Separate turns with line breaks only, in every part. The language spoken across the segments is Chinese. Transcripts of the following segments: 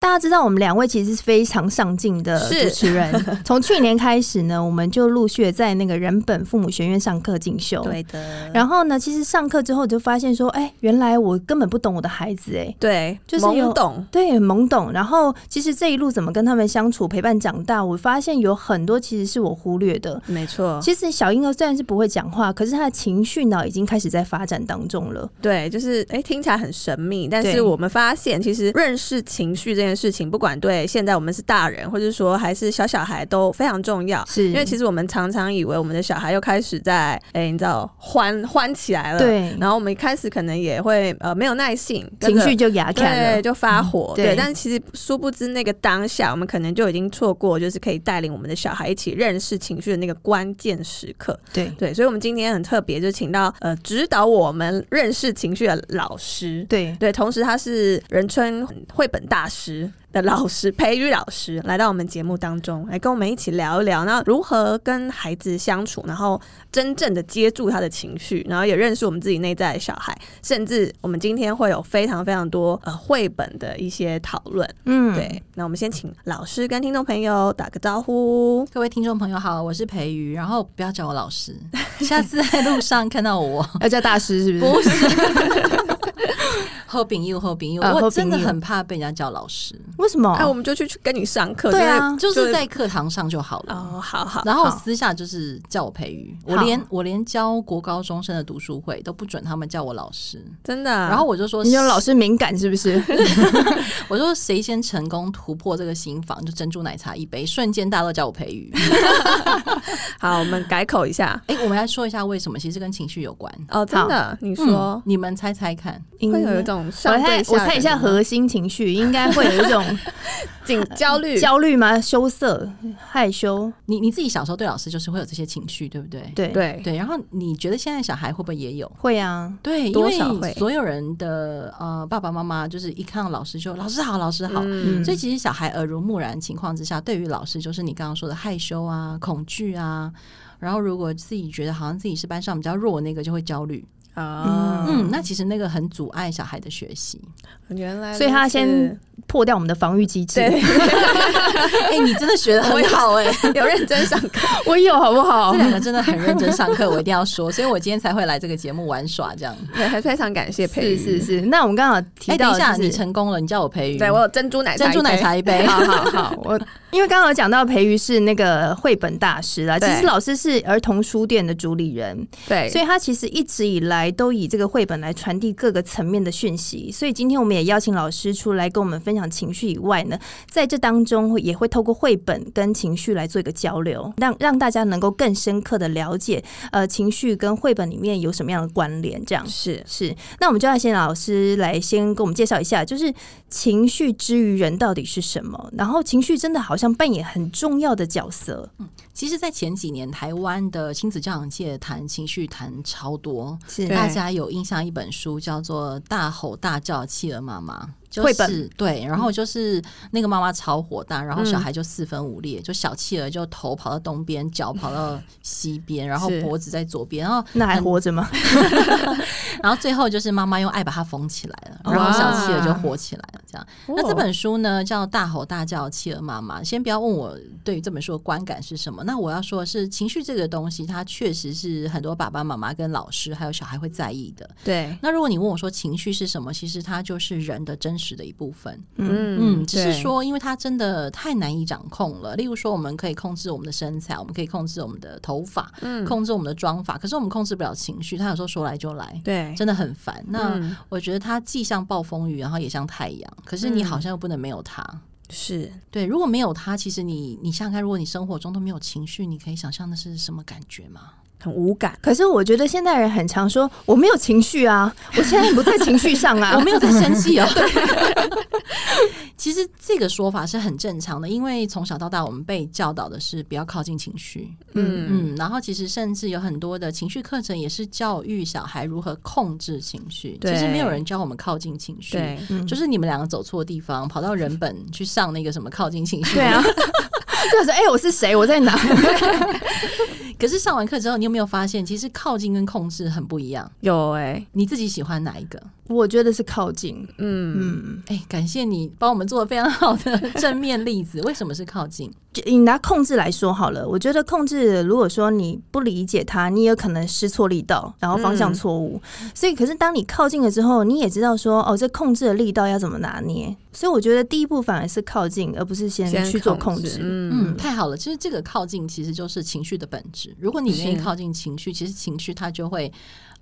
大家知道，我们两位其实是非常上进的
是
主持人。 从去年开始呢，我们就陆续地在那个人本父母学院上课进修。。
的然后
然后呢，其实上课之后就发现说，哎、原来我根本不懂我的孩子、哎，
对，
就是有
懵懂，
对，很懵懂。然后其实这一路怎么跟他们相处、陪伴长大，我发现有很多其实是我忽略的。
没错，
其实小婴儿虽然是不会讲话，可是他的情绪脑已经开始在发展当中了。
对，就是哎、诶听起来很神秘，但
对
是我们发现，其实认识情绪这件事情，不管对现在我们是大人，或者说还是小小孩，都非常重要。
是
啊因为其实我们常常以为我们的小孩又开始在哎、诶你知道欢欢起来了，。
对，
然后我们一开始可能也会呃没有耐性，跟
情
着
绪就牙看
对，
了。嗯
就发火。
对
对，但是其实殊不知那个当下，我们可能就已经错过，就是可以带领我们的小孩一起认识情绪的那个关键时刻。
对
对，所以我们今天很特别，就请到呃指导我们认识情绪的老师。
对
对，同时他是仁川绘本大师的老师培育老师来到我们节目当中，来跟我们一起聊一聊，那如何跟孩子相处，然后真正的接住他的情绪，然后也认识我们自己内在的小孩，甚至我们今天会有非常非常多呃绘本的一些讨论。
嗯，
对，那我们先请老师跟听众朋友打个招呼。
各位听众朋友好，我是培瑜，然后不要叫我 老师，下次在路上看到我，
要叫大师是不是？
不是后饼又后饼又，
呃
我
后
真
饼
的
又
很怕被人家叫老师，
为什么？
哎、我们就去去跟你上课，
哦对啊
就
就
就是
在课堂上就好了。
哦，好好，
然后
好
私下就是叫我培瑜，我
好
连我连教国高中生的读书会都不准他们叫我老师，
真的啊、
然后我就 说，
你说老师敏感是不是？
我说谁先成功突破这个心房，就珍珠奶茶一杯，瞬间大家都叫我培 瑜。
好，我们改口一下。
哎，我们来说一下为什么，其实跟情绪有关。
哦，真的，你说
嗯、、你们猜猜看，
会有一种
我
上
猜
对
嗯我猜一下
和
核心情绪，应该会有一种
紧焦虑，
焦虑吗？羞涩、害羞，
你你自己小时候对老师就是会有这些情绪，对不对？
对
对
对，然后你觉得现在小孩会不会也有？
会啊，
对，因
多少
为
会
所有人的呃爸爸妈妈就是一看到老师就老师好，老师好。
嗯
所以其实小孩耳濡目染情况之下，对于老师就是你刚刚说的害羞啊、恐惧啊，然后如果自己觉得好像自己是班上比较弱那个，就会焦虑。
啊，
嗯，那其实那个很阻碍小孩的学习。
原来如此，
所以他先破掉我们的防御机制。
对
哎、你真的学的 很好哎、
有认真 上课，
我有好不好
这？两个真的很认真上课，我一定要说，所以我今天才会来这个节目玩耍这样。
对，还非常感谢佩
是
瑜，
是是，那我们刚好提
哎，
到
等一
的
下，
就是
你成功了，你叫我培瑜，
对我有珍珠奶茶，
珍珠奶茶，一 杯。
好好好， 我因为刚刚有讲到培瑜是那个绘本大师啦，其
对
实老师是儿童书店的主理人，
对，
所以他其实一直以来都以这个绘本来传递各个层面的讯息。所以今天我们也邀请老师出来跟我们分享情绪以外呢，在这当中会也会透过绘本跟情绪来做一个交流，让让大家能够更深刻的了解呃情绪跟绘本里面有什么样的关联。这样
是
是，那我们就要先老师来先给我们介绍一下，就是情绪之于人到底是什么？然后情绪真的好像扮演很重要的角色，
其实，在前几年，台湾的亲子教养界谈情绪谈超多，
是
对
大家有印象一本书叫做《大吼大叫的企鹅妈妈》。就
绘
是
本
对，然后就是那个妈妈超火大，然后
嗯
小孩就四分五裂，就小企鹅就头跑到东边，脚跑到西边，然后
是
脖子在左边，然后
那还活着吗？
然后最后就是妈妈用爱把它缝起来了，然后小企鹅就活起来了，这样。那这本
哦
书呢叫《大吼大叫企鹅妈妈》，先不要问我对于这本书的观感是什么。那我要说的是，情绪这个东西，它确实是很多爸爸妈妈跟老师还有小孩会在意的。
对，
那如果你问我说情绪是什么，其实它就是人的真实的一部分。
嗯
嗯，只是，说，因为它真的太难以掌控了。例如说，我们可以控制我们的身材，我们可以控制我们的头发，
嗯
控制我们的妆法，可是我们控制不了情绪。它有时候说来就来，
对，
真的很烦。那、
嗯
我觉得它既像暴风雨，然后也像太阳，可是你
嗯
好像又不能没有它。
是
对，如果没有它，其实你你想想看，如果你生活中都没有情绪，你可以想象那是什么感觉吗？
很无感，
可是我觉得现代人很常说我没有 情绪啊，我现在不在情绪上啊，
我没有在生气哦。其实这个说法是很正常的，因为从小到大我们被教导的是不要靠近情绪，
嗯
嗯，然后其实甚至有很多的情绪课程也是教育小孩如何控制情绪，
对
其实没有人教我们靠近情绪。
对
嗯
就是你们两个走错地方，跑到人本去上那个什么靠近情绪。
对啊， 就是哎、我是谁？我在哪？
可是上完课之后，你有没有发现，其实靠近跟控制很不一样？
有哎、
你自己喜欢哪一个？
我觉得是靠近，
嗯，
嗯，
哎、感谢你帮我们做的非常好的正面例子。为什么是靠近？
就你拿控制来说好了，我觉得控制，如果说你不理解它，你也有可能失错力道，然后方向
嗯
错误。所以，可是当你靠近了之后，你也知道说，哦，这控制的力道要怎么拿捏。所以，我觉得第一步反而是靠近，而不是先
先
去做控制。
嗯，
嗯，太好了。其实这个靠近其实就是情绪的本质。如果你愿意
是
靠近情绪，其实情绪它就会，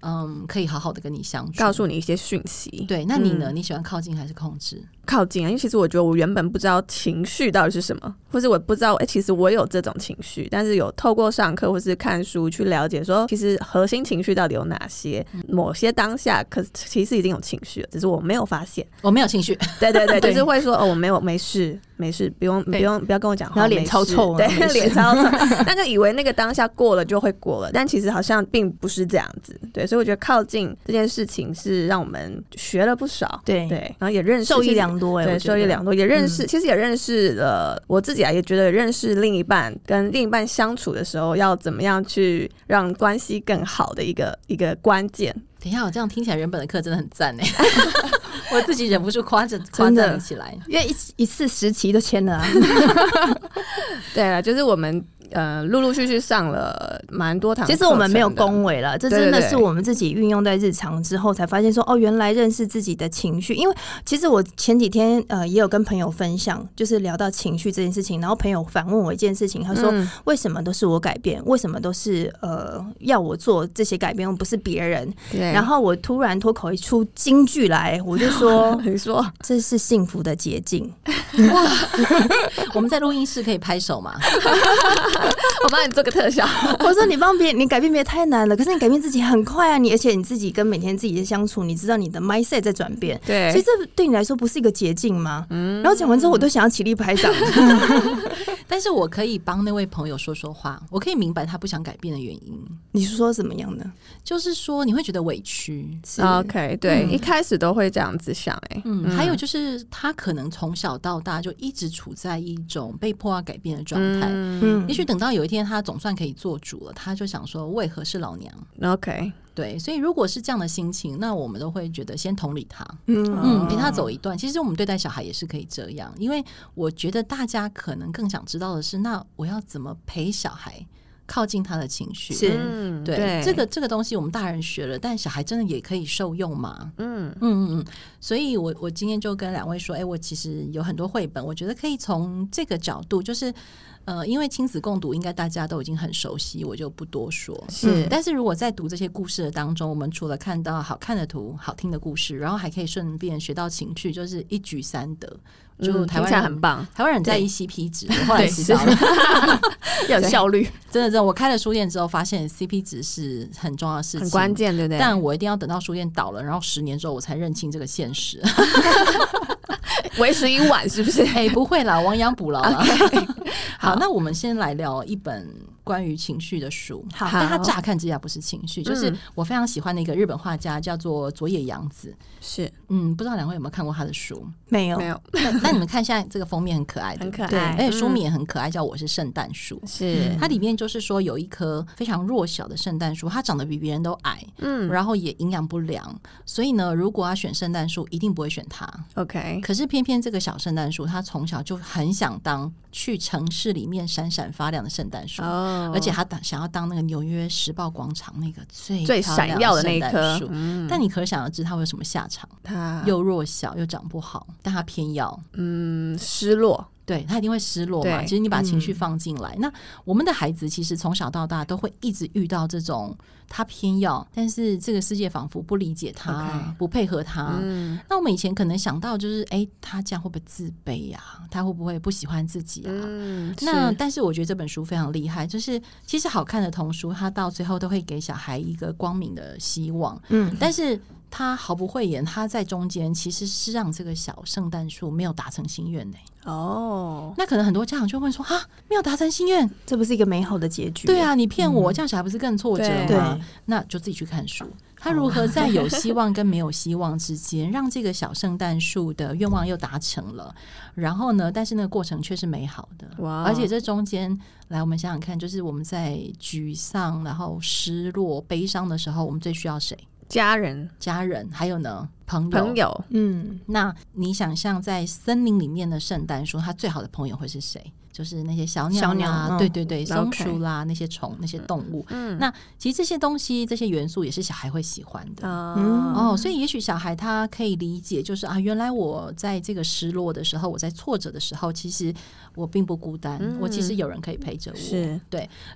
嗯，可以好好的跟你相处。
告诉你一些讯息，
对，那你呢？
嗯
你喜欢靠近还是控制？
靠近啊，因为其实我觉得我原本不知道情绪到底是什么，或是我不知道，哎、其实我有这种情绪，但是有透过上课或是看书去了解说其实核心情绪到底有哪些，
嗯
某些当下可其实已经有情绪了，只是我没有发现。
我没有情绪，
对对对，
对
就是会说哦，我没有，没事，没事，不用，不
对
用，不要跟我讲话，
然后脸
没事
超臭啊
对
没，事
脸超 臭。那个以为那个当下过了就会过了，但其实好像并不是这样子。对，所以我觉得靠近这件事情是让我们学了不少，
对
对，然后也认识
受益
其实
良多哎、
对，
我觉得
受益良多，也认识，其实也认识了我自己啊，也觉得认识另一半，跟另一半相处的时候，要怎么样去让关系更好的一个一个关键。
等一下，我这样听起来人本的课真的很赞哎， 我自己忍不住夸着夸
真的
赞了起来。
因为一次一次十期都签了啊，
对了，就是我们呃，陆陆续续上了蛮多堂课
其
程的，
实我们没有恭维了，这
对对
真的
对
是我们自己运用在日常之后才发现说，哦，原来认识自己的情绪。因为其实我前几天呃也有跟朋友分享，就是聊到情绪这件事情，然后朋友反问我一件事情，他说、
嗯
为什么都是我改变？为什么都是呃要我做这些改变，不是别人？
对，
然后我突然脱口一出京剧来，我就 说
你说
这是幸福的捷径。
我们在录音室可以拍手嘛？
我帮你做个特 效，
我说你帮别人， 你改变别人太难了，可是你改变自己很快啊！你而且你自己跟每天自己的相处，你知道你的 mindset 在转变，所以
对，
这对你来说不是一个捷径吗？然后讲完之后，我都想要起立拍掌。
但是我可以帮那位朋友说说话，我可以明白他不想改变的原因，
你是说怎么样呢？
就是说你会觉得委屈。
是
OK，对，一开始都会这样子想、哎，
嗯，还有就是他可能从小到大就一直处在一种被迫要改变的状态。
嗯
也许等到有一天他总算可以做主了，他就想说为何是老娘？
，OK，
对，所以如果是这样的心情，那我们都会觉得先同理他，
嗯，
嗯，陪他走一段。其实我们对待小孩也是可以这样，因为我觉得大家可能更想知道的是，那我要怎么陪小孩靠近他的情绪？
是
嗯
对这个这个东西，我们大人学了，但小孩真的也可以受用吗？
嗯，
嗯嗯嗯，所以我我今天就跟两位说，哎、我其实有很多绘本，我觉得可以从这个角度，就是呃，因为亲子共读应该大家都已经很熟悉，我就不多说。
是
嗯但是如果在读这些故事的当中，我们除了看到好看的图、好听的故事，然后还可以顺便学到情趣，就是一举三得。就
嗯
台
听
湾
起来
人、
很棒，
台湾人在
对
意 CP 值，我后来
对
知道了，
要有效率。
真的真的，我开了书店之后，发现 CP 值是很重要的事情，
很关键，对不对？
但我一定要等到书店倒了，然后十年之后我才认清这个现实。
为时已晚，是不是？
哎、不会 啦，亡羊补牢啦。 好，那我们先来聊一本关于情绪的书。
好
但它乍看之下不是情绪，就是
嗯
我非常喜欢的一个日本画家，叫做佐野洋子。
是
嗯，不知道两位有没有看过他 的书？
没有
没，有，
那那你们看现在这个封面很可爱的，
很可
对
爱，
而且
嗯
书名也嗯很可爱，叫《我是圣诞树》。
是，
它里面就是说有一棵非常弱小的圣诞树，它长得比别人都矮，
嗯
然后也营养不良，所以呢，如果要选圣诞树，一定不会选它。
，OK，
可是偏偏这个小圣诞树，它从小就很想当去城市里面闪闪发亮的圣诞树，
哦
而且他当想要当那个纽约时报广场那个最
最
漂
闪
亮
耀的那
圣
一
诞
棵嗯
树。但你可想而知，它会有什么下场？
他
又弱小，又长不好，但它偏要，
嗯失落，
对他一定会失落嘛。
对嗯
其实你把情绪放进来，那我们的孩子其实从小到大都会一直遇到这种他偏要，但是这个世界仿佛不理解他
OK
不配合他。
嗯
那我们以前可能想到就是，哎、他这样会不会自卑呀、他会不会不喜欢自己啊？
嗯，
那
是
但是我觉得这本书非常厉害，就是其实好看的童书，它到最后都会给小孩一个光明的希望，
嗯，
但是他毫不讳言，他在中间其实是让这个小圣诞树没有达成心愿呢、
哦，
那可能很多家长就问说啊，没有达成心愿，
这不是一个美好的结局。
对，啊，你骗我，这样小孩不是更挫折
对
吗？那就自己去看书。他如何在有希望跟没有希望之间，让这个小圣诞树的愿望又达成了？然后呢？但是那个过程却是美好的。
哇
而且这中间，来我们想想看，就是我们在沮丧、然后失落、悲伤的时候，我们最需要谁？
家人、
家人，还有呢，朋友。
朋友，
嗯，
那你想象在森林里面的圣诞树，它最好的朋友会是谁？就是那些小鸟啦、啊
小鸟嗯
对对对，松
OK
鼠啦，那些虫、那些动物。
嗯
那其实这些东西、这些元素也是小孩会喜欢
嗯
的。
啊，
哦，所以也许小孩他可以理解，就是啊，原来我在这个失落的时候，我在挫折的时候，其实我并不孤单，
嗯
我其实有人可以陪着我。
是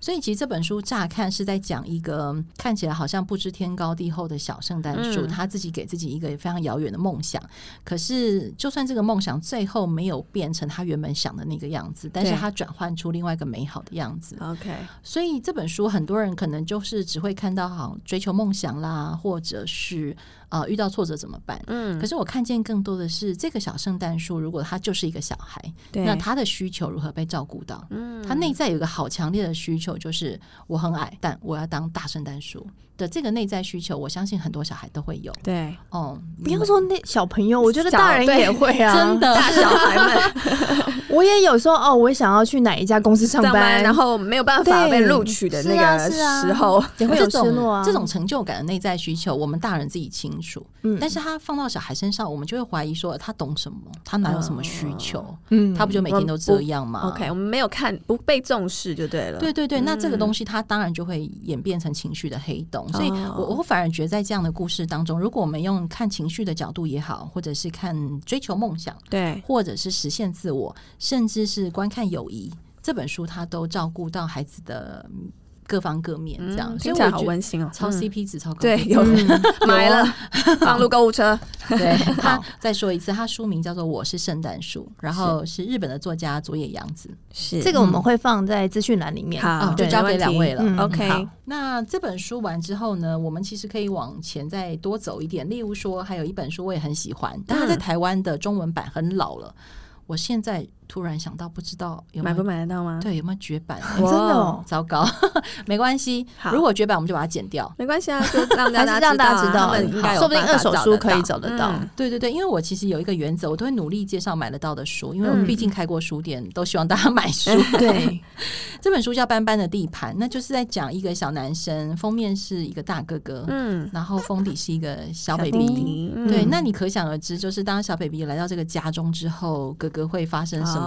所以其实这本书乍看是在讲一个嗯看起来好像不知天高地厚的小圣诞树，
嗯
他自己给自己一个非常遥远的梦想。可是就算这个梦想最后没有变成他原本想的那个样子，但是
对
他转换出另外一个美好的样子。
OK，
所以这本书很多人可能就是只会看到好追求梦想啦，或者是呃遇到挫折怎么办。
嗯
可，是我看见更多的是，这个小圣诞树，如果他就是一个小孩，
对
那他的需求如何被照顾到？
嗯
他内在有一个好强烈的需求，就是我很矮，但我要当大圣诞树的这个内在需求，我相信很多小孩都会有。
对
哦，
不要说那小朋友，我觉得
小
大人
对
也会 啊，
真的
大小孩们
我也有说哦，我想要去哪一家公司上
上班，
班，
然后没有办法
对
被录取的那
是啊
个
是啊
时候，
也会
这
有失落
种
啊。
这种成就感的内在需求，我们大人自己清楚，
嗯
但是他放到小孩身上，我们就会怀疑说他懂什么，他哪有什么需求，
嗯
他不就每天都这样吗
OK，我们没有看，不被重视就对了。
对对对，
嗯
那这个东西它当然就会演变成情绪的黑洞，所以
哦
我我反而觉得在这样的故事当中，如果我们用看情绪的角度也好，或者是看追求梦想，
对，
或者是实现自我，甚至是观看友谊，这本书它都照顾到孩子的嗯各方各面，这样，
嗯
所
听
以我
起来好
觉得
温馨哦。
超
嗯
CP 值超高，
对，有啊 买了，放入购物车。
对，他再说一次，他书名叫做《我是圣诞树》，然后是日本的作家佐野洋子，
是
这个我们会放在资讯栏里面。
好
啊，就
对
交
没问
给
题
两位了。
嗯
OK，
好
那这本书完之后呢，我们其实可以往前再多走一点。例如说，还有一本书我也很喜欢，但它在台湾的中文版很老了。我现在突然想到，不知道有没
买
有
不买得到吗？
对有没有绝版？
真的哦，
糟糕， 没关系
好，
如果绝版我们就把它剪掉。
没关系啊，就让大
还
家
是让大家知道，
道
哎
啊，他们应该
说不定二
有办法
手
找
书
得
可以
到
找得到。
嗯
对对对，因为我其实有一个原则，我都会努力介绍买得到的书，因为我
嗯
毕竟开过书店，都希望大家买 书。
对，
这本书叫《斑斑的地盘》，那就是在讲一个小男生，封面是一个大哥哥，
嗯，
然后封底是一个小 baby。
比
对，那你可想而知，就是当小 baby 来到这个家中之后，哥哥会发生什
么
么？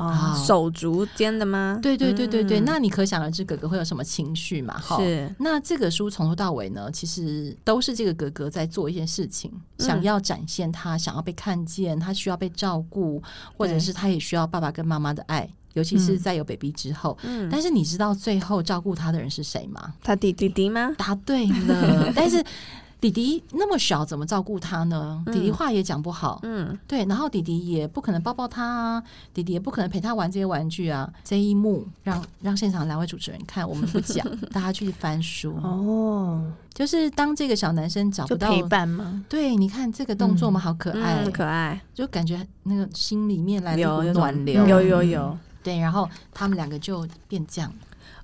啊
哦，
手足间的吗？
对对对对对，
嗯
那你可想而知，哥哥会有什么情绪嘛？哈。
是
那这个书从头到尾呢，其实都是这个哥哥在做一件事情，
嗯
想要展现他想要被看见，他需要被照顾，或者
对
是他也需要爸爸跟妈妈的爱，尤其是在有 baby 之后。
嗯
但是你知道最后照顾他的人是谁吗？
他弟
弟弟吗？
答对了，但是弟弟那么小，怎么照顾他呢？弟弟话也讲不好，
嗯，
对，然后弟弟也不可能抱抱他啊，弟弟也不可能陪他玩这些玩具啊。这一幕让让现场两位主持人看，我们不讲，大家去翻书。
哦，
就是当这个小男生找
就
不到
陪，伴嘛，
对，你看这个动作嘛，好可爱，
嗯，可爱，
就感觉那个心里面来了一
有
股
有
暖
种
流，
嗯有有有，
对，然后他们两个就变这样。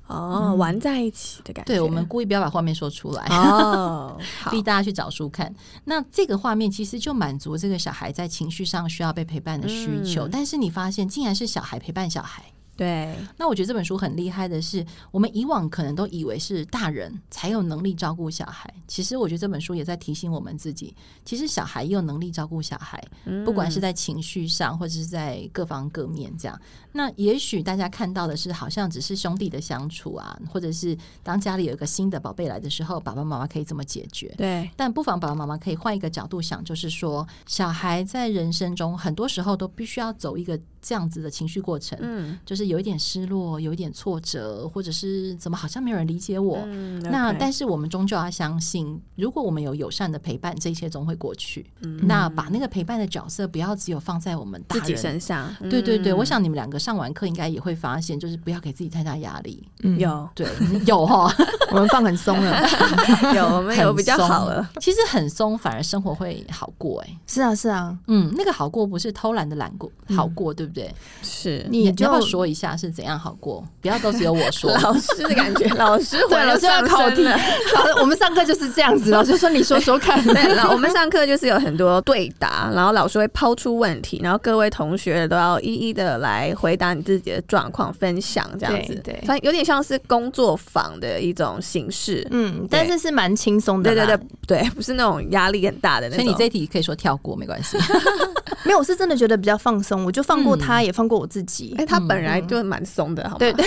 哦，玩在一起的感觉。
对我们故意不要把画面说出来。
哦，好
逼，大家去找书看。那这个画面其实就满足这个小孩在情绪上需要被陪伴的需
嗯
求，但是你发现竟然是小孩陪伴小孩。
对，
那我觉得这本书很厉害的是，我们以往可能都以为是大人才有能力照顾小孩，其实我觉得这本书也在提醒我们自己，其实小孩也有能力照顾小孩，
嗯
不管是在情绪上或者是在各方各面这样。那也许大家看到的是，好像只是兄弟的相处啊，或者是当家里有一个新的宝贝来的时候，爸爸妈妈可以怎么解决？
对，
但不妨爸爸妈妈可以换一个角度想，就是说，小孩在人生中很多时候都必须要走一个这样子的情绪过程，
嗯，
就是就是有一点失落，有一点挫折，或者是怎么好像没有人理解我。
嗯
那
OK
但是我们终究要相信，如果我们有友善的陪伴，这一切终会过去。
嗯
那把那个陪伴的角色不要只有放在我们大
自己
人
身上，
对对对，
嗯
我想你们两个上完课应该也会发现，就是不要给自己太大压力。
嗯，
有
对， 有哦哈，
我们放很松了。
有我们有比较好了，
其实很松，反而生活会好过、哎，
是啊，是啊，
嗯，那个好过不是偷懒的懒过，
嗯
好过、对不对？
是
你
你要不要
就
说一下是怎样好过？不要都只有我说。
老师的 感觉，老师回
对
了
老师要
上
考
身
题
了。
好，我们上课就是这样子， 老师说你说说看。
对，然后我们上课就是有很多对答，然后老师会抛出问题，然后各位同学都要一一的来回答你自己的状况，分享这样子，
对对
所以有点像是工作坊的一种形式。
嗯，但是是蛮轻松的
对
啦。
对对对，不是那种压力很大的那
所
种。
以你这一题可以说跳过，没关 系。
没有，我是真的觉得比较放松，我就放过他，也放过我自己
哎、。他本来
嗯
就蛮松的，好吗？
对对，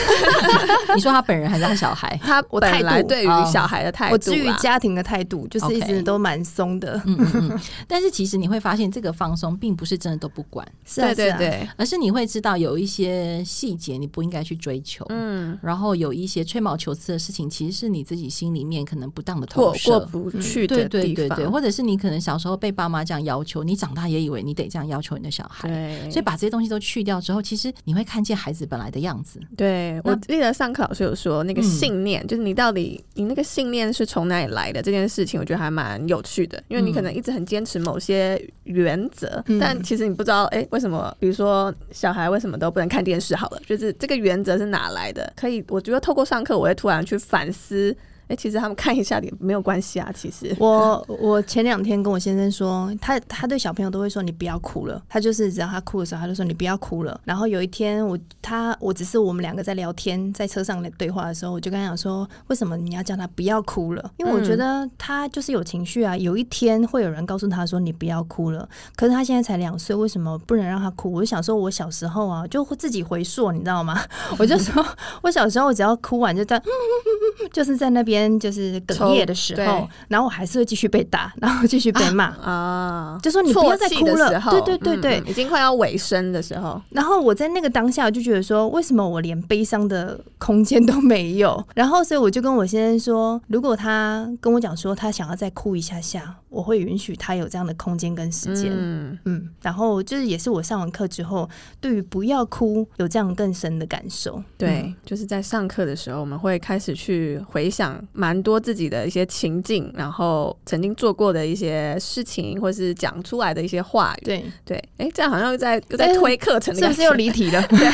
你说他本人还是他小孩？
他
我
本
态
来
度
对于
哦
小孩的态度、啊，
我至于家庭的态度，就是一
OK
直都蛮松的。
嗯嗯嗯。但是其实你会发现，这个放松并不是真的都不管，
是啊，
对
是
对
啊。
对，
而是你会知道有一些细节你不应该去追求。
嗯，
然后有一些吹毛求疵的事情，其实是你自己心里面可能不当的投
过
射，
过不
嗯
去的
对
地方，
对对对，或者是你可能小时候被爸妈这样要求，你长大也以为你得这样要求你的小孩，
对
所以把这些东西都去掉之后，其实你会看见孩子本来的样
嗯
子。
对，我
那
记得上课老师有说，那个
嗯
信念、就是你到底你那个信念是从哪里来的这件事情，我觉得还蛮有趣的，因为你可能一直很坚持某些原则，
嗯
但其实你不知道，哎、为什么？比如说小孩为什么都不能看电视？好了，就是这个原则是哪来的？可以，我觉得透过上课，我会突然去反思，哎、其实他们看一下也没有关系啊，其实。
我我前两天跟我先生说，他他对小朋友都会说你不要哭了，他就是只要他哭的时候，他就说你不要哭了。然后有一天我他我只是我们两个在聊天，在车上对话的时候，我就跟他讲说，为什么你要叫他不要哭了？因为我觉得他就是有情绪啊，有一天会有人告诉他说你不要哭了，可是他现在才两岁，为什么不能让他哭？我就想说，我小时候啊，就会自己回溯，你知道吗？ 我就说我小时候，我只要哭完就在， 就是在那边就是哽咽的时
抽
候，然后我还是会继续被打，然后继续被骂。
啊，
就说你不要再哭
啜泣的时
了，
候
对对对对。
嗯嗯已经快要尾声的时候，
然后我在那个当下我就觉得说，为什么我连悲伤的空间都没有？然后所以我就跟我先生说，如果他跟我讲说他想要再哭一下下，我会允许他有这样的空间跟时间。
嗯，
嗯，然后就是也是我上完课之后，对于不要哭有这样更深的感受。嗯
对，就是在上课的时候，我们会开始去回想蛮多自己的一些情境，然后曾经做过的一些事情，或是讲出来的一些话语。
对，
对，哎、这样好像又在又在推课程的
是
感
不
觉，
是 又离题了？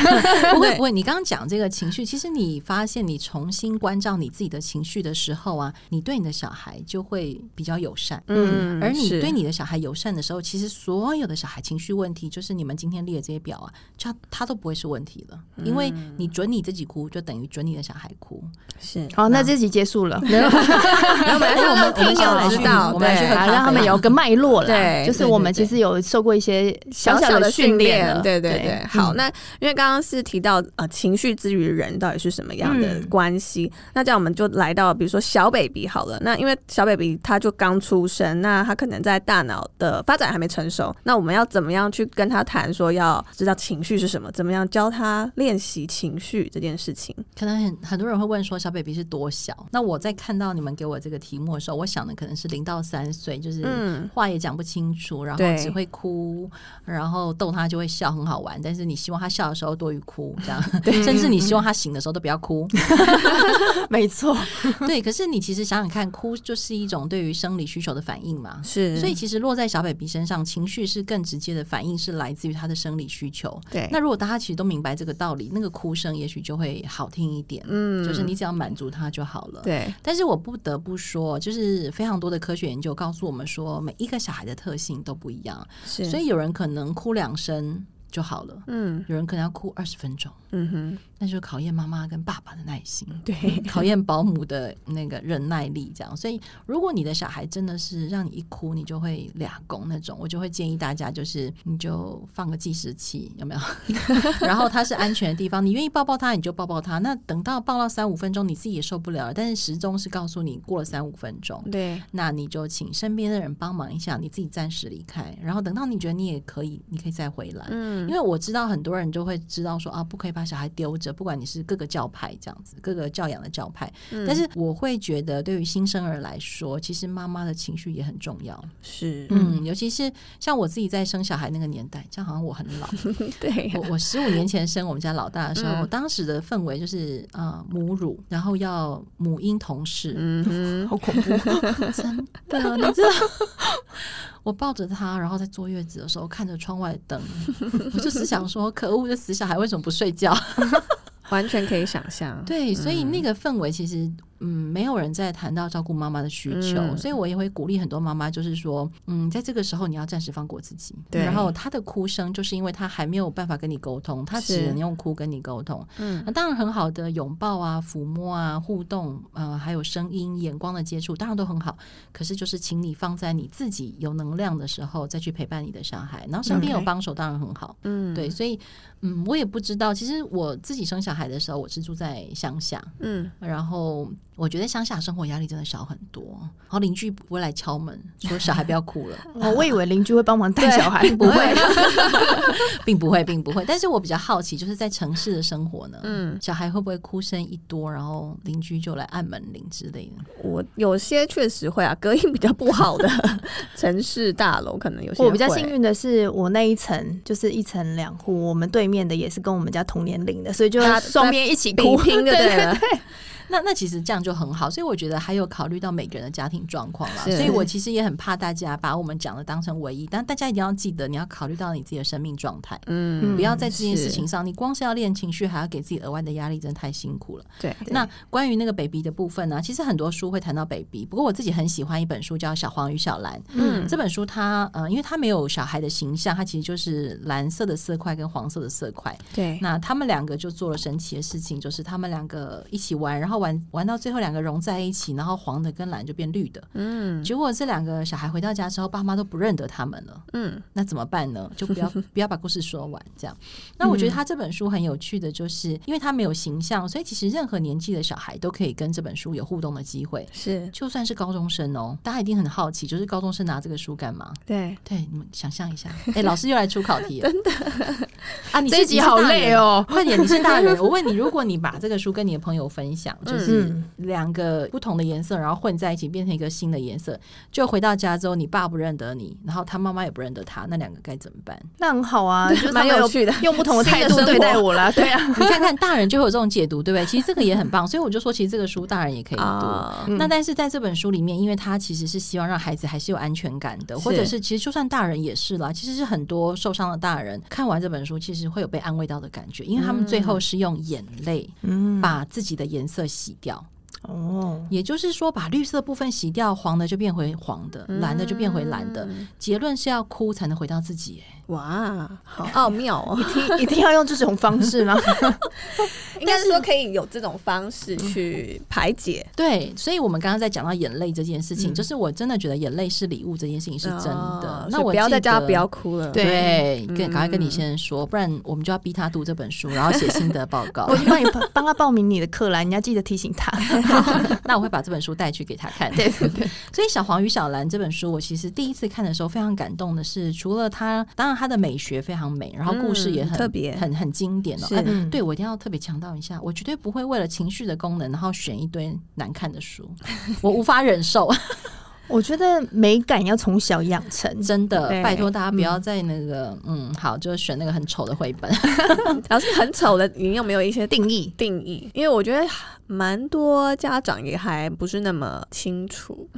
不会
对
不会，你刚刚讲这个情绪，其实你发现你重新关照你自己的情绪的时候啊，你对你的小孩就会比较友善。
嗯，
而你
是
对你的小孩友善的时候，其实所有的小孩情绪问题，就是你们今天列的这些表啊，他他都不会是问题了，因为
嗯
你准你自己哭，就等于准你的小孩哭。
是
好，那这集结束了，
然后 我们啊来
我们
让
我们
听友
去
知道，
我们来去
对
喝
好
咖啡
让他们有个脉络啦。
对
就是我们
对对
其
对
实有受过一些
小
小
小的
训
训
练了，
对对对。好，
嗯
那因为刚刚是提到呃情绪之于人到底是什么样的
嗯
关系，那这样我们就来到比如说小 baby 好了，那因为小 baby 他就刚出生，那他可能在大脑的发展还没成熟，那我们要怎么样去跟他谈说要知道情绪是什么，怎么样教他练习情绪这件事情？
可能很很多人会问说，小 baby 是多小？那我在看到你们给我这个题目的时候，我想的可能是零到三岁，就是
嗯
话也讲不清楚，然
对
后只会哭，然后逗他就会笑，很好玩。但是你希望他笑的时候多于哭，这样，甚至你希望他醒的时候都不要 哭。
没错，
对，可是你其实想想看，哭就是一种对于生理需求的反应嘛。
是
所以其实落在小 baby 身上，情绪是更直接的反应，是来自于他的生理需求。
对，
那如果大家其实都明白这个道理，那个哭声也许就会好听一点。
嗯
就是你只要满足他就好了。
对
但是我不得不说，就是非常多的科学研究告诉我们说，每一个小孩的特性都不一样，
是，
所以有人可能哭两声就好了，
嗯
有人可能要哭二十分钟，
嗯哼，
那就考验妈妈跟爸爸的耐心。
对，
考验保姆的那个忍耐力，这样。所以，如果你的小孩真的是让你一哭你就会俩拱那种，我就会建议大家，就是你就放个计时器，有没有？然后他是安全的地方，你愿意抱抱他，你就抱抱他。那等到抱到三五分钟，你自己也受不了了，但是时钟是告诉你过了三五分钟。
对，
那你就请身边的人帮忙一下，你自己暂时离开，然后等到你觉得你也可以，你可以再回来。
嗯
因为我知道很多人就会知道说啊，不可以把小孩丢着，不管你是各个教派这样子，各个教养的教派。
嗯
但是我会觉得，对于新生儿来说，其实妈妈的情绪也很重要。
是，
嗯，尤其是像我自己在生小孩那个年代，这样好像我很 老。
对呀
我我十五年前生我们家老大的时候，
嗯
我当时的氛围就是啊、呃母乳，然后要母婴同事，
嗯哼，
好恐怖，
真 的，啊你知道，我抱着他，然后在坐月子的时候看着窗外的灯，我就只想说，可恶，这死小孩为什么不睡觉？
完全可以想象。
对，所以
嗯
那个氛围其实，嗯，没有人在谈到照顾妈妈的需求，
嗯
所以我也会鼓励很多妈妈，就是说，嗯，在这个时候你要暂时放过自己。
对
然后她的哭声，就是因为她还没有办法跟你沟通，她只
是
能用哭跟你沟通。
嗯
那当然很好的拥抱啊、抚摸啊、互动，呃，还有声音、眼光的接触，当然都很好。可是就是请你放在你自己有能量的时候再去陪伴你的小孩，然后身边有
OK
帮手当然很好。
嗯，
对，，所以嗯，我也不知道。其实我自己生小孩的时候，我是住在乡下，
嗯，
然后我觉得乡下生活压力真的小很多，然后邻居不会来敲门说小孩不要哭 了，
哦 我以为邻居会帮忙带小孩，
不会，并不会，并不会。但是我比较好奇，就是在城市的生活呢，
嗯
小孩会不会哭声一多，然后邻居就来按门铃之类的？
我有些确实会啊，隔音比较不好的城市大楼，可能有些
我比较
会
幸运的是，我那一层就是一层两户，我们对面的也是跟我们家同年龄的，所以就
大家
双边一起
比
哭
拼就对 了，
那那其实这样就很好，所以我觉得还有考虑到每个人的家庭状况啦。
是
所以我其实也很怕大家把我们讲的当成唯一，但大家一定要记得，你要考虑到你自己的生命状态，
嗯
不要在这件事情上，你光是要练情绪，还要给自己额外的压力，真的太辛苦了。
对，
那关于那个 baby 的部分呢，啊其实很多书会谈到 baby，不过我自己很喜欢一本书叫《小黄与小蓝》。
嗯
这本书它呃，因为它没有小孩的形象，它其实就是蓝色的色块跟黄色的色块。
对，
那他们两个就做了神奇的事情，就是他们两个一起玩，然后玩玩到最后两个融在一起，然后黄的跟蓝就变绿的。
嗯
结果这两个小孩回到家之后，爸妈都不认得他们了，
嗯
那怎么办 呢？就不要不要把故事说完这样。那我觉得
嗯
他这本书很有趣的，就是因为他没有形象，所以其实任何年纪的小孩都可以跟这本书有互动的机会。
是，
就算是高中生哦，大家一定很好奇，就是高中生拿这个书干嘛？
对，
对，你们想象 一下，哎、老师又来出考题了，真的啊！你
这一集好累
哦。
哦。
快点，你是 大人，我问你，如果你把这个书跟你的朋友分享，就是
嗯，
两个不同的颜色，然后混在一起变成一个新的颜色，就回到家之后，你爸不认得你，然后他妈妈也不认得他，那两个该怎么办？
那很好啊，就是他
蛮
们
有趣的
用不同的态度
新的生活
对待我啦。对啊，
你看看大人就会有这种解读，对不对？其实这个也很棒，所以我就说，其实这个书大人也可以读。
啊，
那但是在这本书里面，因为他其实是希望让孩子还是有安全感的，
是
或者是其实就算大人也是啦，其实是很多受伤的大人看完这本书，其实会有被安慰到的感觉，因为他们最后是用眼泪
嗯
把自己的颜色洗掉，
哦，
也就是说把绿色部分洗掉，黄的就变回黄的，蓝的就变回蓝的。
嗯
结论是要哭才能回到自己、哎
哇，好奥妙哦！
一定要用这种方式吗？
应该是说可以有这种方式去排解，
对，所以我们刚刚在讲到眼泪这件事情，就是我真的觉得眼泪是礼物这件事情是真的。
嗯哦
那
所以
我
不要
记
再叫他
得
不要哭了，
对，跟赶快跟你
嗯
先生说，不然我们就要逼他读这本书，然后写心得报 告
我。就帮你帮他报名你的课啦，你要记得提醒他。
那我会把这本书带去给他看。对对对。所以《小黄与小蓝》这本书，我其实第一次看的时候非常感动的是，除了它，当然它的美学非常美，然后故事也
嗯
很、
特别
很很经典哦。
是
哎对，我一定要特别强调一下，我绝对不会为了情绪的功能，然后选一堆难看的书，我无法忍受。
我觉得美感要从小养成，
真的，
对
拜托大家不要再那个，嗯好，就是选那个很丑的绘本。
老师很丑的，你有没有一些定
定义
定义？因为我觉得蛮多家长也还不是那么清楚。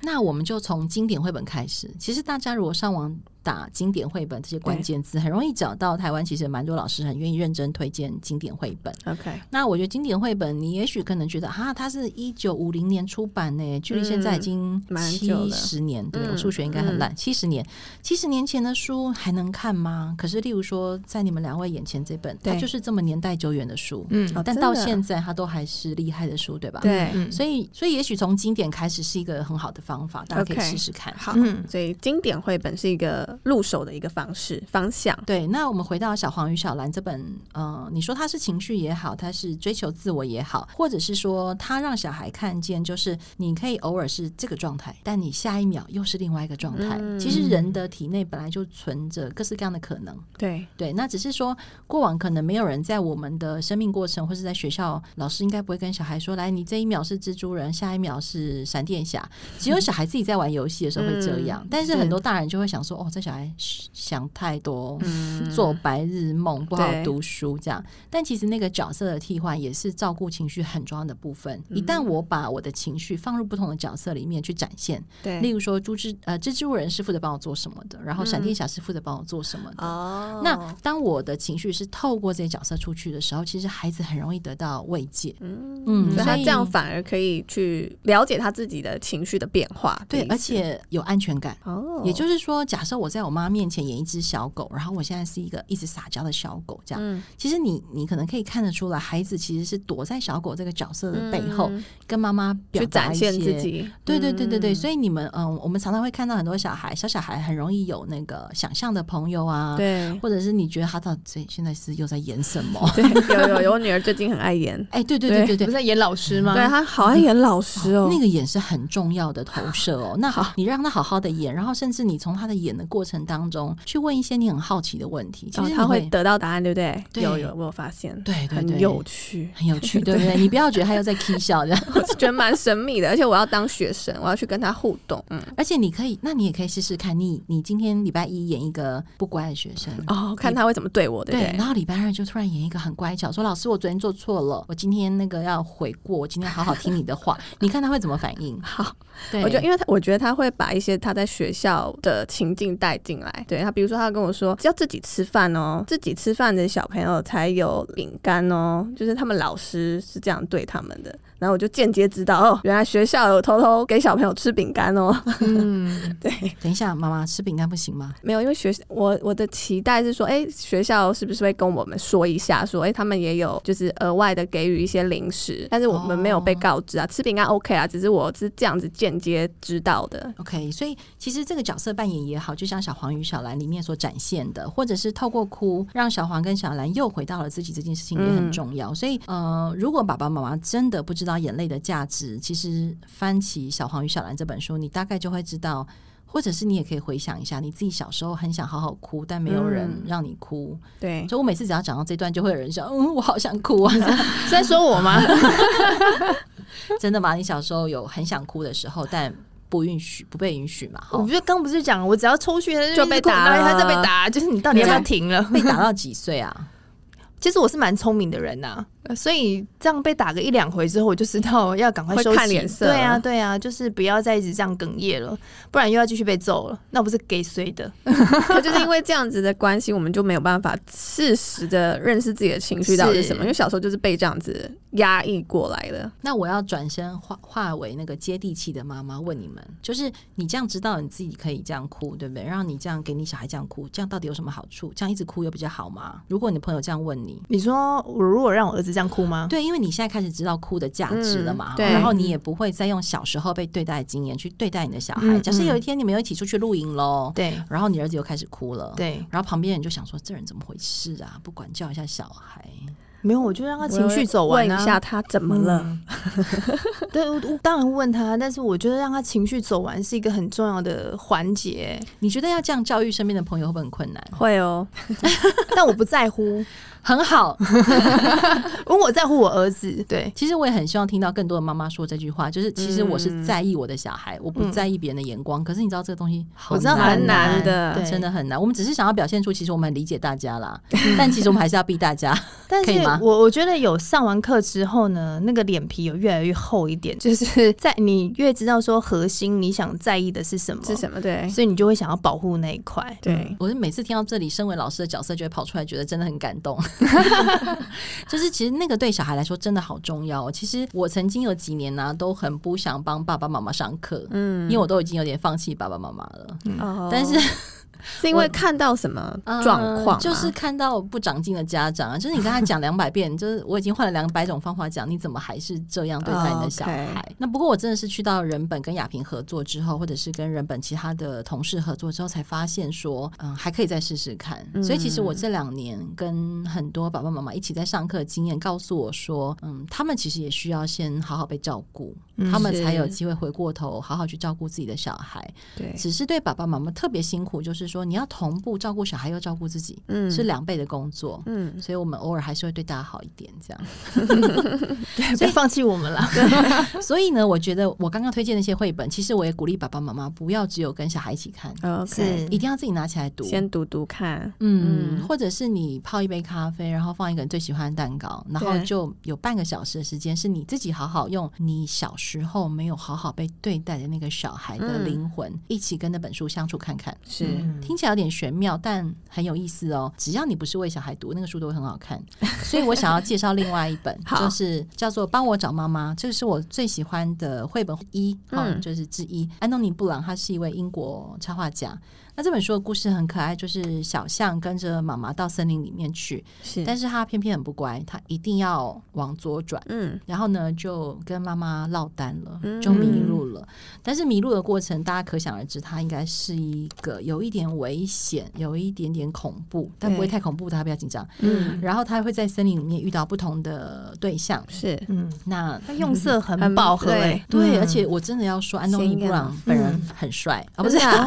那我们就从经典绘本开始。其实大家如果上网打经典绘本这些关键字，很容易找到台湾其实蛮多老师很愿意认真推荐经典绘本。
OK，
那我觉得经典绘本，你也许可能觉得啊，它是一九五零年出版呢，距离现在已经
嗯蛮久了
七十年，对我
嗯
数学应该很烂，七十、年，七十年前的书还能看吗？可是，例如说，在你们两位眼前这本，它
对
就是这么年代久远的书，
嗯
哦
但
真
到
的
现在它都还是厉害的书，对吧？
对，
嗯
所以，所以也许从经典开始是一个很好的方法，大家可以
OK
试试看。
好，
嗯
所以经典绘本是一个个入手的一个方式方向。
对，那我们回到《小黄与小蓝》这本，呃，你说它是情绪也好，它是追求自我也好，或者是说它让小孩看见，就是你可以偶尔是这个状态，但你下一秒又是另外一个状态。
嗯
其实人的体内本来就存着各式各样的可能，
对，
对，那只是说过往可能没有人在我们的生命过程，或是在学校，老师应该不会跟小孩说，来，你这一秒是蜘蛛人，下一秒是闪电侠。只有小孩自己在玩游戏的时候会这样，
嗯
但是
是
很多大人就会想说，哦，这小孩想太多，
嗯
做白日梦，不好好
对
读书这样。但其实那个角色的替换也是照顾情绪很重要的部分。一
嗯
旦我把我的情绪放入不同的角色里面去展现，例
对
如说猪蜘呃蜘蛛人是负责帮我做什么的，然后闪电侠是负责帮我做什么的。
嗯哦
那当我的情绪是透过这些角色出去的时候，其实孩子很容易得到慰藉。
嗯
嗯
所以他这样反而可以去了解他自己的情绪的变化的
对
意，思。
而且有安全感。
哦，
也就是说，假设我在我妈面前演一只小狗，然后我现在是一个一直撒娇的小狗，这样，
嗯
其实你你可能可以看得出来，孩子其实是躲在小狗这个角
呃
色的背后，跟妈妈
嗯
表
去
达
展
一
现
些
自。己。
对对对对对，
嗯
所以你们嗯，我们常常会看到很多小孩，小小孩很容易有那个想象的朋友啊，
对
或者是你觉得他到底现在是又在演什么？
对，有有有，我女儿最近很爱演，
哎，对对对对对
不是，在演老师吗？
对她好爱演老师啊哦，
那个演是很重要的投射哦。那好，你让他好好的演，然后甚至你从他的演的过程当中去问一些你很好奇的问题，其
然后
实你
哦她会得到答案，对不对？
对
有有，我有发现，
对对对，。
很有趣
很有趣，对不对？你不要觉得他又在 k 笑这样，
我觉得蛮神秘的，而且我要当学生，我要去跟她互动。嗯，
而且你可以，那你也可以试试看，你你今天礼拜一演一个不乖的学生。
哦，看她会怎么对我，对不
对，
对
然？后礼拜二就突然演一个很乖巧，说老师，我昨天做错了，我今天那个要悔过，我今天好好听你的话， 你看他会怎么反应？
好，
对，
我觉得，因为他我觉得他会把一些他在学校的情境带进来。对他，比如说他跟我说要自己吃饭哦，自己吃饭的小朋友才有饼干哦，就是他们老师是这样对他们的。然后我就间接知道哦，原来学校有偷偷给小朋友吃饼干哦。
嗯，
对，
等一下，妈妈吃饼干不行吗？
没有，因为学我我的期待是说，哎，学校是不是会跟我们说一下，说，哎，他们也有就是额外的给予一些零食，但是我们没有被
哦
告知啊，吃饼干 OK 啊，只是我是这样子间接知道的。
OK，所以其实这个角色扮演也好，就像小黄与小蓝里面所展现的，或者是透过哭让小黄跟小蓝又回到了自己这件事情也很重要。所以呃，如果爸爸妈妈真的不知道眼泪的价值，其实翻起《小黄与小蓝》这本书，你大概就会知道。或者是你也可以回想一下，你自己小时候很想好好哭，但没有人
嗯
让你哭。
对，
所以我每次只要讲到这段，就会有人想，嗯，我好想哭啊！
是在说我吗？
真的吗？你小时候有很想哭的时候，但不允许，不被允许嘛？哈
我，不就刚不是讲，我只要抽血
就被打了
然后他就被打，就是你到底要不要停了？
被打到几岁啊？
其实我是蛮聪明的人呐、呃所以这样被打个一两回之后，我就知道要赶快
会
休息。
看脸色
对啊，对啊，就是不要再一直这样哽咽了，不然又要继续被揍了，那不是给谁的？
可就是因为这样子的关系，我们就没有办法适时的认识自己的情绪到底是什么，
是
因为小时候就是被这样子压抑过来的。
那我要转身化化为那个接地气的妈妈，问你们，就是你这样知道你自己可以这样哭，对不对？让你这样给你小孩这样哭，这样到底有什么好处？这样一直哭有比较好吗？如果你的朋友这样问你，
你说我如果让我儿子这样哭吗？
对，因为你现在开始知道哭的价值了嘛，
嗯对
然后你也不会再用小时候被对待的经验去对待你的小孩。
嗯
假设有一天你们又一起出去露营喽，
对
然后你儿子又开始哭了，，
对，
然后旁边人就想说这人怎么回事啊？不管教一下小孩，
没有，我就让他情绪走完、
问
啊。
一下他怎么了？
嗯？ 对，我我当然问他，但是我觉得让他情绪走完是一个很重要的环节，
你觉得要这样教育身边的朋友会不会很困难？
会哦，
但我不在乎，
很好，
因为我在乎我儿子。对，
其实我也很希望听到更多的妈妈说这句话，就是其实我是在意我的小孩，我不在意别人的眼光。可是你知道这个东西好
我知道
难
很
啊
难的
对
真的很难。我们只是想要表现出其实我们很理解大家啦，但其实我们还是要逼大家。
但
可
是
以吗
我我觉得有上完课之后呢，那个脸皮有越来越厚一点，就是 在你越知道说核心你想在意的是什么，
是什么？对
所以你就会想要保护那一块。
对，
我是每次听到这里，身为老师的角色就会跑出来，觉得真的很感动。 就是其实那个对小孩来说真的好重要、哦。其实我曾经有几年呢、啊都很不想帮爸爸妈妈上课，
嗯
因为我都已经有点放弃爸爸妈妈了。
哦
但是
是因为看到什么状况吗、啊
呃就是看到不长进的家长啊， 就是你跟他讲两百遍，就是我已经换了两百种方法讲，你怎么还是这样对待你的小孩
哦 OK
那不过我真的是去到人本跟雅萍合作之后，或者是跟人本其他的同事合作之后，才发现说，嗯，还可以再试试看。
嗯
所以其实我这两年跟很多爸爸妈妈一起在上课的经验，告诉我说，嗯，他们其实也需要先好好被照顾，
嗯
他们才有机会回过头好好去照顾自己的小孩。
对，
只是对爸爸妈妈特别辛苦，就是说你要同步照顾小孩又照顾自己，
嗯
是两倍的工作。
嗯，
所以我们偶尔还是会对大家好一点，这样。
对，不要放弃我们啦。
所以呢，我觉得我刚刚推荐那些绘本，其实我也鼓励爸爸妈妈不要只有跟小孩一起看，
OK，
一定要自己拿起来读。
嗯先读读看，
嗯，
嗯
或者是你泡一杯咖啡，然后放一个你最喜欢的蛋糕，然后
对
就有半个小时的时间是你自己好好用你小时候没有好好被对待的那个小孩的
嗯
灵魂，一起跟那本书相处看看。
是、
听起来有点玄妙，但很有意思哦。只要你不是为小孩读，那个书都会很好 看。所以我想要介绍另外一本，
好
就是叫做《帮我找妈妈》，这个是我最喜欢的绘本一，哦
嗯
就是之一。安东尼·布朗他是一位英国插画家。那这本书的故事很可爱，就是小象跟着妈妈到森林里面去，
是，
但是他偏偏很不乖，他一定要往左转。
嗯
然后呢，就跟妈妈落单了
嗯，
就迷路了。但是迷路的过程，大家可想而知，它应该是一个有一点危险，有一点点恐怖，但不会
对
太恐怖，大家不要紧张。
嗯
然后他会在森林里面遇到不同的对象，
是，
嗯，
那
他用色
很
很饱和、
对
欸，
对，而且我真的要说，安东尼
显眼
布朗本人很帅
哦
啊，不
嗯
是啊，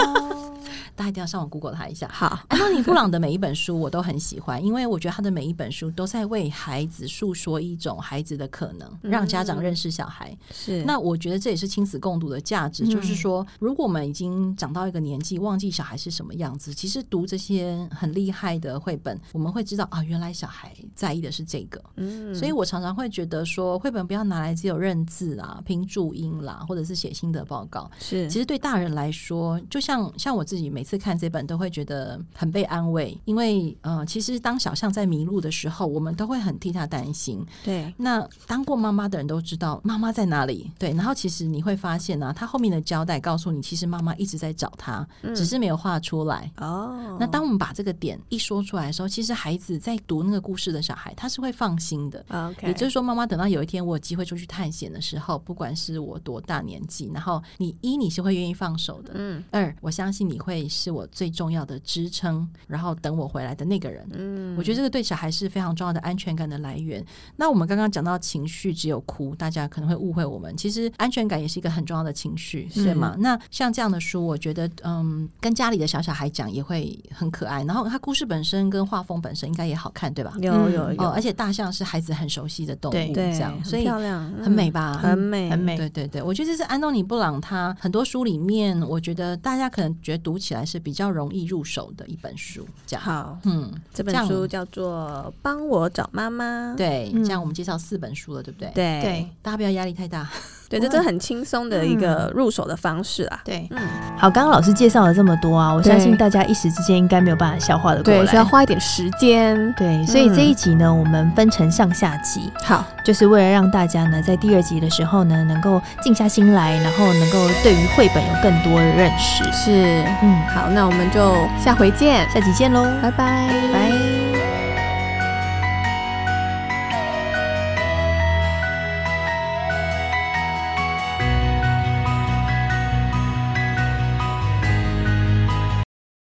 大家一定要上网 Google 他一下。
好，
安东尼·布朗的每一本书我都很喜欢，因为我觉得他的每一本书都在为孩子诉说一种孩子的可能，让家长认识小孩。
是
那我觉得这也是亲子共读的价值，就是说，如果我们已经长到一个年纪，忘记小孩是什么样子，其实读这些很厉害的绘本，我们会知道啊，原来小孩在意的是这个。
嗯
所以我常常会觉得说，绘本不要拿来只有认字啊、拼注音啦，或者是写心得报告。
是
其实对大人来说，就像像我自己每次看这本都会觉得很被安慰，因为呃，其实当小象在迷路的时候，我们都会很替他担心。
对，
那当过妈妈的人都知道妈妈在哪里，对。然后其实你会发现呢、啊，他后面的交代告诉你，其实妈妈一直在找他，只是没有画出来。
嗯哦，
那当我们把这个点一说出来的时候，其实孩子在读那个故事的小孩，他是会放心的。
OK，
也就是说，妈妈等到有一天我有机会出去探险的时候，不管是我多大年纪，然后你一你是会愿意放手的，
嗯
二我相信你会是我最重要的支撑，然后等我回来的那个人。
嗯
我觉得这个对小孩是非常重要的安全感的来源。那我们刚刚讲到情绪只有哭，大家可能会误会我们。其实安全感也是一个很重要的情绪，对吗？
嗯
那像这样的书，我觉得嗯，跟家里的小小孩讲也会很可爱。然后它故事本身跟画风本身应该也好看，对吧？
有
嗯
有有，
哦，而且大象是孩子很熟悉的动
对
物，
对，
这样，
很
所以
漂亮，
很美
嗯，
吧？
很美，
很美
对对对，我觉得这是安东尼·布朗他很多书里面，我觉得大家可能觉得读起来是比较容易入手的一本书，这样。
好，
嗯，
这本
这样
书叫做《帮我找妈妈》，
对，
嗯
这样我们介绍四本书了，对不对？，
对
对
大家不要压力太大。
对，这真的很轻松的一个入手的方式啊。
对，
嗯，
好，刚刚老师介绍了这么多啊，我
对
相信大家一时之间应该没有办法消化的过来。
需要花一点时间。
对，所以
嗯
这一集呢，我们分成上下集，
好，
就是为了让大家呢，在第二集的时候呢，能够静下心来，然后能够对于绘本有更多的认识。
是，
嗯，
好，那我们就下回见，
下集见喽，
拜拜，
拜。